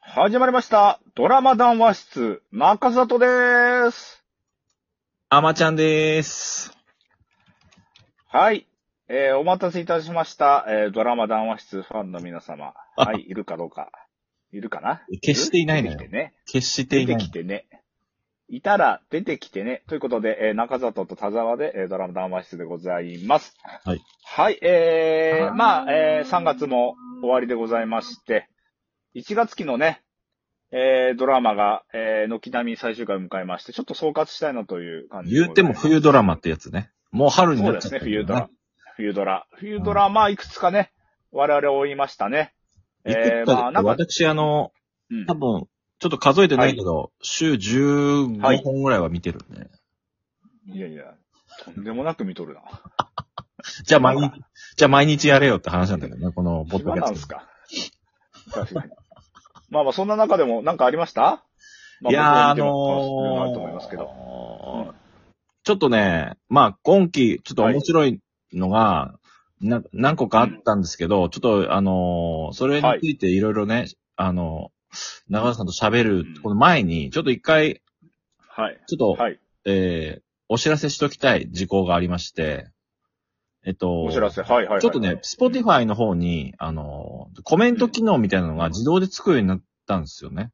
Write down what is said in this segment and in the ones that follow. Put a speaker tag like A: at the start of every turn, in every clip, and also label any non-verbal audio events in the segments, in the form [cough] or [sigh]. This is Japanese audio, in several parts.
A: 始まりました。ドラマ談話室、中里でーす。
B: あまちゃんでーす。
A: はい。えー、お待たせいたしました。えー、ドラマ談話室ファンの皆様。
B: [laughs]
A: はい、いるかどうか。いるかな
B: 決していないのよ
A: 出てきてね。
B: 決して
A: 出
B: い
A: て
B: な
A: き
B: い。
A: てね。いたら出てきてね。ということで、えー、中里と田沢で、えー、ドラマ談話室でございます。
B: はい。
A: はい、え
B: あ
A: ー、
B: ー
A: まあ、えー、3月も終わりでございまして、1月期のね、えー、ドラマが、えー、軒並み最終回を迎えまして、ちょっと総括したいなという感じで
B: 言う
A: ござ
B: て
A: いま
B: も
A: す
B: 冬ドラマってやつね。もう春に
A: そ
B: な
A: う
B: っ
A: で
B: ちゃ
A: す
B: った
A: ね、
B: け
A: 冬
B: ど
A: ド
B: な
A: ラ。。冬ドラ。冬ドラ、まあ、いくつかね、我々追いましたね。
B: 言って
A: えー、
B: たけど
A: まあ、なんか、
B: 私あの、
A: うん
B: 多分、ちょっと数えてないけど、週
A: はい
B: 15本ぐらいは見てるんで。
A: いやいや、とんでもなく見とるな。
B: じゃあ毎日、じゃあ毎日やれよって話なんだけどね、このポッド
A: 暇
B: キャ
A: なん
B: ス
A: す
B: ト。
A: か。確かに。まあまあ、そんな中でも何かありましたま
B: いやー、あ
A: 僕
B: のー
A: は見ても楽しいのがあると思いますけど。うん
B: ちょっとね、まあ今期、ちょっと面白いのが、な何個かあったんですけど、ちょっとあのーそれについていろいろね、あのー長田さんと喋る、
A: うん
B: この前に、ちょっと一回、
A: はい。
B: ちょっと、
A: はい。
B: えーお知らせしときたい事項がありまして、えっと、
A: お知らせ。はいはいはい。
B: ちょっとね、スポティファイの方に、あのーコメント機能みたいなのが自動でつくようになったんですよね。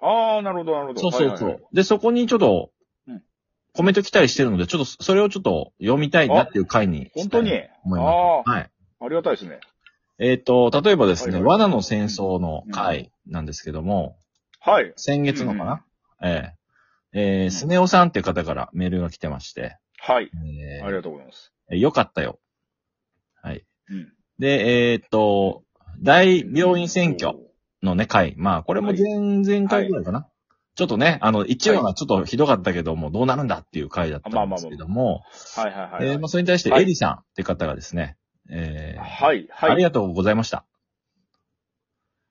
A: ああ、なるほど、なるほど。
B: そうそうそう。
A: はいはい
B: で、そこにちょっと
A: うん、
B: コメント来たりしてるので、ちょっとそれをちょっと読みたいなっていう回に
A: 本
B: し
A: 当
B: た
A: に
B: い
A: あ
B: と思い
A: あ
B: ます。はい。
A: ー、ありがたいですね。
B: えっ、と、例えばです
A: はい
B: ね、
A: はい
B: 罠の戦争の回なんですけども、
A: はい。
B: 先月のかな、えええ
A: ん
B: ースネ夫さんっていう方からメールが来てまして、
A: はい。
B: え
A: ありがとうございます。
B: ーよかったよ。はい。
A: うん。
B: で、えっ、と、大病院選挙。のね、回。まあ、これも
A: はい
B: 前々回ぐらいかな。ちょっとね、あの、1話がちょっとひどかったけども、どうなるんだっていう回だったんですけども、
A: はいはい
B: え
A: は
B: ー
A: い
B: まあ、。それに対して
A: はい
B: エリさんって方がですね、えー
A: はい、
B: あ
A: は
B: り
A: い。
B: がとうございました。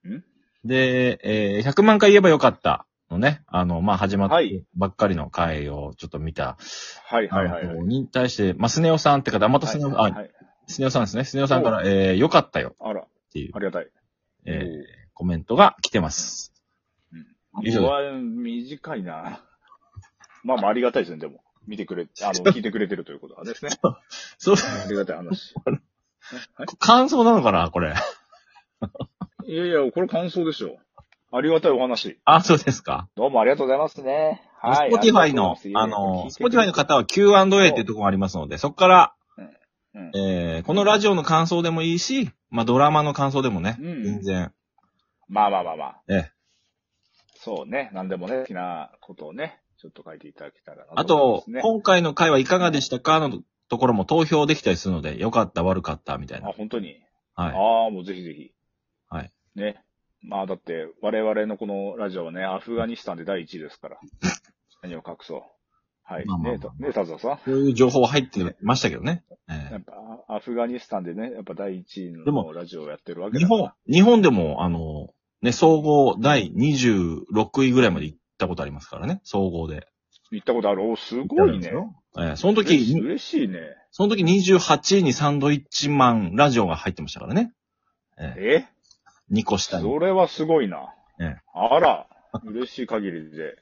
A: ん
B: で、えー100万回言えばよかったのね、あの、まあ、始まっ
A: はい
B: てばっかりの回をちょっと見た、
A: はいはいはい
B: あ
A: はい。
B: のに対して、まあ、スネ夫さんって方、またスネ夫、
A: はい
B: あ、
A: はい。
B: スネ夫さんですね、スネ夫さんから、えー、よかったよ
A: あら、
B: っていう
A: あ、りがたい。
B: えー
A: おう
B: コメントが来てます。以上
A: うわ、短いな。まあまあ、ありがたいですね、でも。見てくれ、
B: [laughs]
A: あの、聞いてくれてるということはですね。
B: そう、
A: ありがたい話。は
B: 感想なのかなこれ。
A: [laughs] い、いやいや、これ感想でしょ。ありがたいお話。
B: あ、そうですか。
A: どうもありがとうございますね。はい。
B: スポティファイの、あ
A: りがとう
B: の
A: ご、ざいま
B: スポテ
A: す
B: ィファイの、方は Q&A っていうところがありますので、そこから、
A: うん
B: えーこのラジオの感想でもいいし、まあドラマの感想でもね、
A: うん
B: 全然。
A: まあまあまあまあ。
B: ええ
A: そうね。何でもね、好きなことをね、ちょっと書いていただけたらな思い
B: あ
A: ま
B: と
A: す、ね
B: 今回の回はいかがでしたかのところも投票できたりするので、良かった、悪かった、みたい
A: あ、
B: な。
A: 本当に。
B: はい。
A: ああ、もうぜひぜひ。
B: はい。
A: ね。まあだって、我々のこのラジオはね、アフガニスタンで第1位です
B: [laughs]
A: から。何を隠そう。はい。
B: まあまあ
A: ねえ、たねえ、田沢さん。
B: そういう情報入ってましたけどね。え
A: やっぱ、アフガニスタンでね、やっぱ第1位
B: で
A: の
B: も
A: ラジオをやってるわ
B: ー
A: け
B: 日
A: だから
B: 本、日本でも、あの、ね、総合第26位ぐらいまで行ったことありますからね、総合で。
A: 行ったことある。お、すごいね。
B: えーその
A: 嬉し
B: 時、
A: 嬉しいね。
B: その時28位にサンドイッチマンラジオが入ってましたからね。え
A: え
B: ー、2個下に。
A: それはすごいな。
B: ええ
A: あら、嬉しい限りで。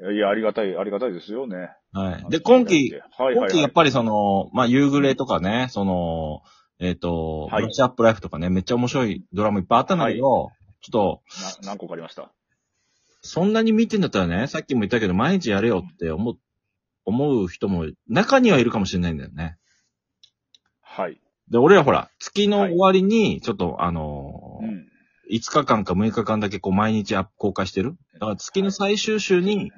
A: いやいや、ありがたい、ありがたいですよね。
B: はい。で、今期、、
A: はい
B: 今
A: はい、
B: 期
A: は
B: やっ
A: い。
B: ぱりその、まあ、夕暮れとかね、その、えっ、と、
A: はい
B: ブラッシュアップライフとかね、めっちゃ面白いドラマいっぱいあったんだけど、ちょっと、
A: な何個かありました。
B: そんなに見てんだったらね、さっきも言ったけど、毎日やれよって思う、思う人も、中にはいるかもしれないんだよね。
A: はい。
B: で、俺らほら、月の終わりに、ちょっと、あの
A: う
B: ー
A: ん。
B: 5日間か6日間だけこう毎日アップ公開してる。だから月の最終週に、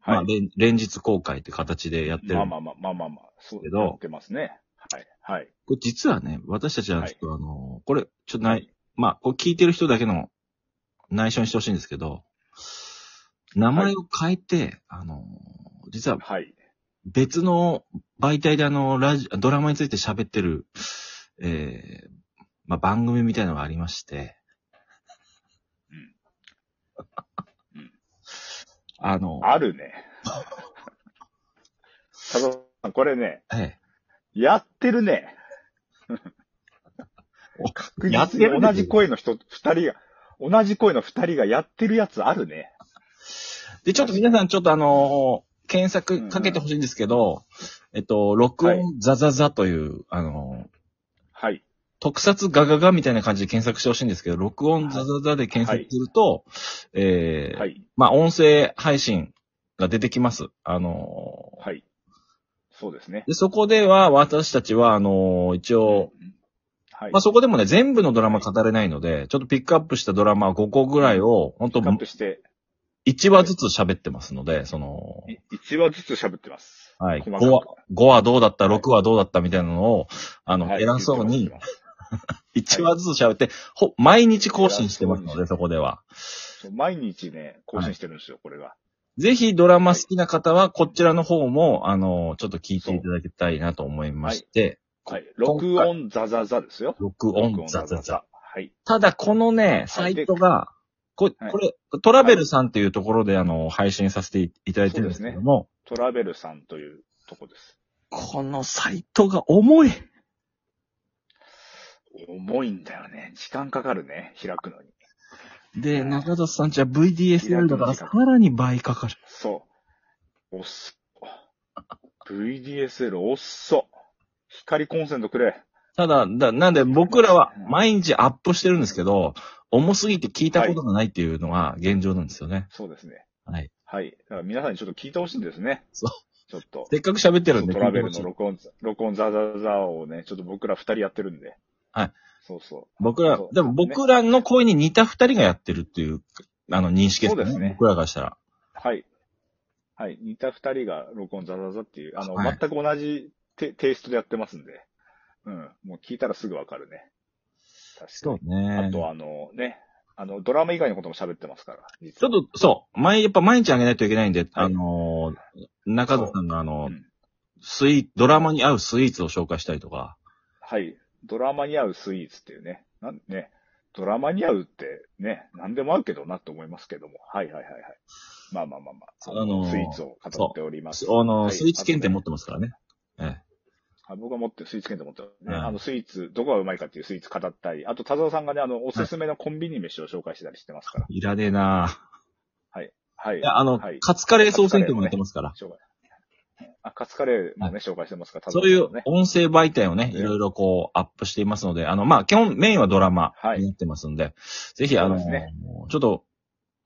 A: はい。
B: まあ連、連日公開って形でやってる。
A: まあまあまあまあまあまあ、そう
B: けど
A: やってますね。はい。はい。
B: これ実はね、私たちはちょっとあの、これ、ちょっとない、まあ、これ聞いてる人だけの内緒にしてほしいんですけど、名前を変えて、あの、実は
A: はい。
B: 別の媒体であの、ラジドラマについて喋ってる、えー、まあ、番組みたいなのがありまして、
A: うんうん
B: [laughs] あの、
A: ある
B: [laughs]
A: ね。佐藤さん、これね、
B: え
A: やってるね。
B: え、
A: 確実に同じ声の人、二人が、同じ声の二人がやってるやつあるね。
B: で、ちょっと皆さん、ちょっとあのー検索かけてほしいんですけど、えっと、録
A: はい
B: 音ザザザという、あのー
A: はい。
B: 特撮ガガガみたいな感じで検索してほしいんですけど、録音ザザザで検索すると、えー
A: はい。
B: まあ、音声配信が出てきます。あのー
A: はい。そうですね。
B: で、そこでは、私たちは、あのー一応、
A: はい。
B: まあ、そこでもね、全部のドラマ語れないので、ちょっとピックアップしたドラマ5個ぐらいを、本当
A: カップして、
B: 1話ずつ喋ってますので、その、
A: 1話ずつ喋ってます。
B: はい
A: 細かく
B: ごわ5話どうだった、
A: はい
B: 6話どうだったみたいなのを、あの、
A: はい
B: 偉そうに
A: 言ってます
B: 1話ずつ喋って、ほ、毎日更新してます
A: 偉そ
B: の
A: う
B: で、
A: に
B: そこでは。
A: そう毎日ね、更新してるんですよ、これが。
B: ぜひドラマ好きな方は、こちらの方も、あの、ちょっと聞いていただきたいなと思いまして、
A: はい。
B: 今回
A: 録音ザザザですよ。
B: 録音ザザザ。。
A: はい。
B: ただ、このね、サイトが、こ
A: はい
B: これ、トラベルさんっていうところで、あの、配信させていただいてるんですけども、
A: トラベルさんというとこです。
B: このサイトが重い。
A: 重いんだよね。時間かかるね、開くのに。
B: で、中田さんじゃ VDSL だから、
A: 開
B: さ
A: くの時間
B: らに倍かかる。
A: そう。おっそ。VDSL おっそ。光コンセントくれ。
B: ただ、だなんで僕らは毎日アップしてるんですけど、重すぎて聞いたことがないっていうのが現状なんですよね。
A: そうですね。
B: はい。
A: はい。だから皆さんにちょっと聞いてほしいんですね。。
B: そう
A: ちょっと。
B: せっかく喋ってるんで
A: ト
B: 聞
A: ラ
B: いて
A: ベ
B: ほ
A: ルの
B: しい。
A: 録音、録音ザザザをね、ちょっと僕ら二人やってるんで。
B: はい。
A: そうそ
B: 僕ら
A: そ、う
B: でも僕らの声に似た二人がやってるっていう、あの、認識です
A: そう
B: ね。
A: ですね
B: 僕らがしたら。
A: う。はい。はい。似た二人が録音ザザザっていう、あの、
B: はい
A: 全く同じテテイストでやってますんで。うん。もう聞いたらすぐわかるね。確
B: そ
A: か
B: うね。
A: に。あとあのね、あの、ドラマ以外のことも喋ってますから。
B: ちょ
A: 実は
B: っと、そう、毎、やっぱ毎日あげないといけないんで、あのー、中田さんがあの、
A: うん
B: スイドラマに合うスイーツを紹介したりとか、
A: はい。ドラマに合うスイーツっていうね。なんね。ドラマに合うってね、何でも合うけどなと思いますけども。はいはいはいはい。まあまあまあまあ。
B: あのー
A: スイーツを語っております。
B: すあのー、
A: はい
B: スイーツ検定持ってますからね。え
A: あ僕は持ってるスイーツ券と持ってますね。
B: うん
A: あの、スイーツ、どこがうまいかっていうスイーツ語ったり、あと、田沢さんがね、あの、おすすめのコンビニ飯を紹介してたりしてますから
B: え。いらねえな
A: はい。
B: いや、あの、
A: はい
B: カツカレー総選挙もやってますから。
A: 紹介。あ、カツカレーもね、
B: は
A: 紹介してますから、田
B: そ
A: 沢
B: ういう
A: さんもね。
B: 音声媒体をね、
A: ね
B: いろいろこう、アップしていますので、あの、まあ、基本メインはドラマ
A: はい
B: になってますんで、ぜひ、あの、
A: そうです
B: ちょっと、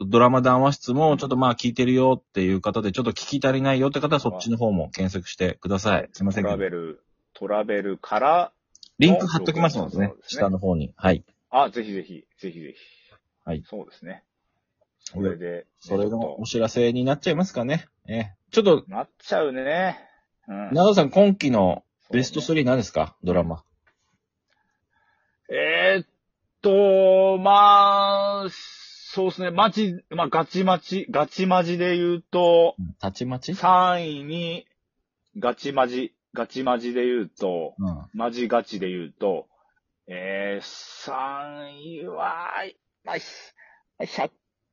B: ドラマ談話室も、ちょっとまあ、聞いてるよっていう方で、ちょっと聞き足りないよって方は、そっちの方も検索してください。すいませ
A: ト
B: んけ
A: ラ
B: ど。
A: ベル、トラベルから、
B: リンク貼っときますので
A: そ
B: ね
A: う、ですね
B: 下の方に。はい。
A: あ、ぜひぜひ、ぜひぜひ。
B: はい
A: そうですね。それで、
B: それ
A: ちょっ
B: の
A: と
B: お知らせになっちゃいますかね。ええちょっと、
A: なっちゃうね。うん。
B: 長田さん、今期のベスト
A: そうね
B: 3何ですかドラマ。
A: えーっと、まあ、そうですね。マジ、まあ、ガチマチ、ガチマジで言うと、
B: たちまち
A: 3位に、ガチマジ、ガチマジで言うと、
B: うん。
A: マジガチで言うと、えー、3位は、まあ、ひ100、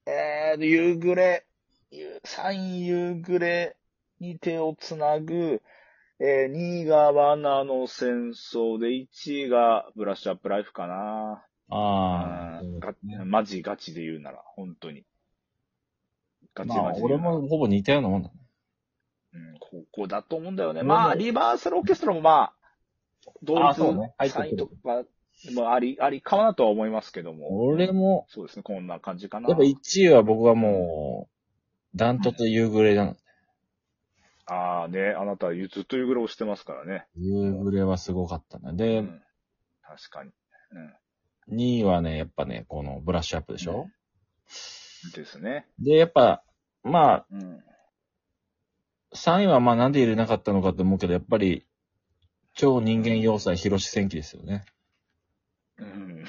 A: えー、夕暮れ、ゆ3位夕暮れに手をつなぐ、えー、2位が罠の戦争で、1位がブラッシュアップライフかな。
B: ああ。
A: うんが
B: ね
A: マジガチで言うなら、本当に。ガチマジで言
B: 俺
A: うなら。
B: もほぼ似たようなもんだね。
A: うん、ここだと思うんだよね。
B: うん
A: まあ、リバーサルオーケストラもまあ、同
B: あ
A: 率
B: そうね入ってくる
A: 3位とかもあり、ありかなとは思いますけども。
B: 俺も、
A: そうですね、こんな感じかな。
B: やっぱ1位は僕はもう、ダントツ夕暮れなの。
A: ああね、あなたゆずっと夕暮れをしてますからね。
B: 夕暮れはすごかったね。
A: う
B: で、
A: ん、確かに。う
B: 2位はね、やっぱね、このブラッシュアップでしょ、
A: ん。ですね。
B: で、やっぱ、まあ、
A: うん。
B: 3位はまあなんで入れなかったのかと思うけど、やっぱり、超人間要塞広志戦記ですよね。
A: うん。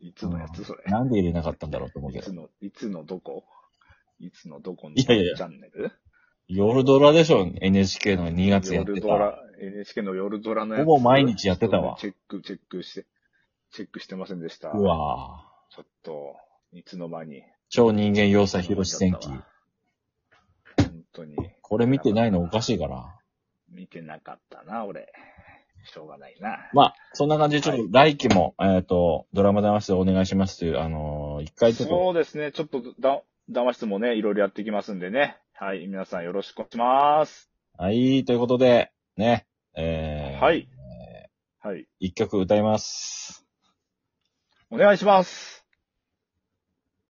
A: いつのやつそれ。
B: なんで入れなかったんだろうと思うけ
A: い
B: ど
A: つ。の、いつのどこいつのどこの
B: い
A: チ
B: やいやいや
A: ャンネル
B: 夜ドラでしょ ?NHK の2月やっ
A: 夜
B: て
A: ド
B: た。
A: ラ、NHK の夜ドラのやつ。
B: ほぼ毎日やってたわ
A: チェック、チェックして、チェックしてませんでした。
B: うわぁ。
A: ちょっと、いつの間に。
B: 超人間要塞広志戦記。
A: 本当に。
B: これ見てないのおかしいから。
A: 見てなかったな、俺。しょうがないな。
B: まあ、そんな感じで、ちょっと来期も、えっ、と、ドラマ騙してお願いしますという、あのー一回ちょっと、
A: そうですね。ちょっとだ、談話室もね、いろいろやっていきますんでね。はい。皆さんよろしくお願いします。
B: はい、ということで、ね、えー、
A: は。い。はい。
B: 一曲歌います。
A: お願いします。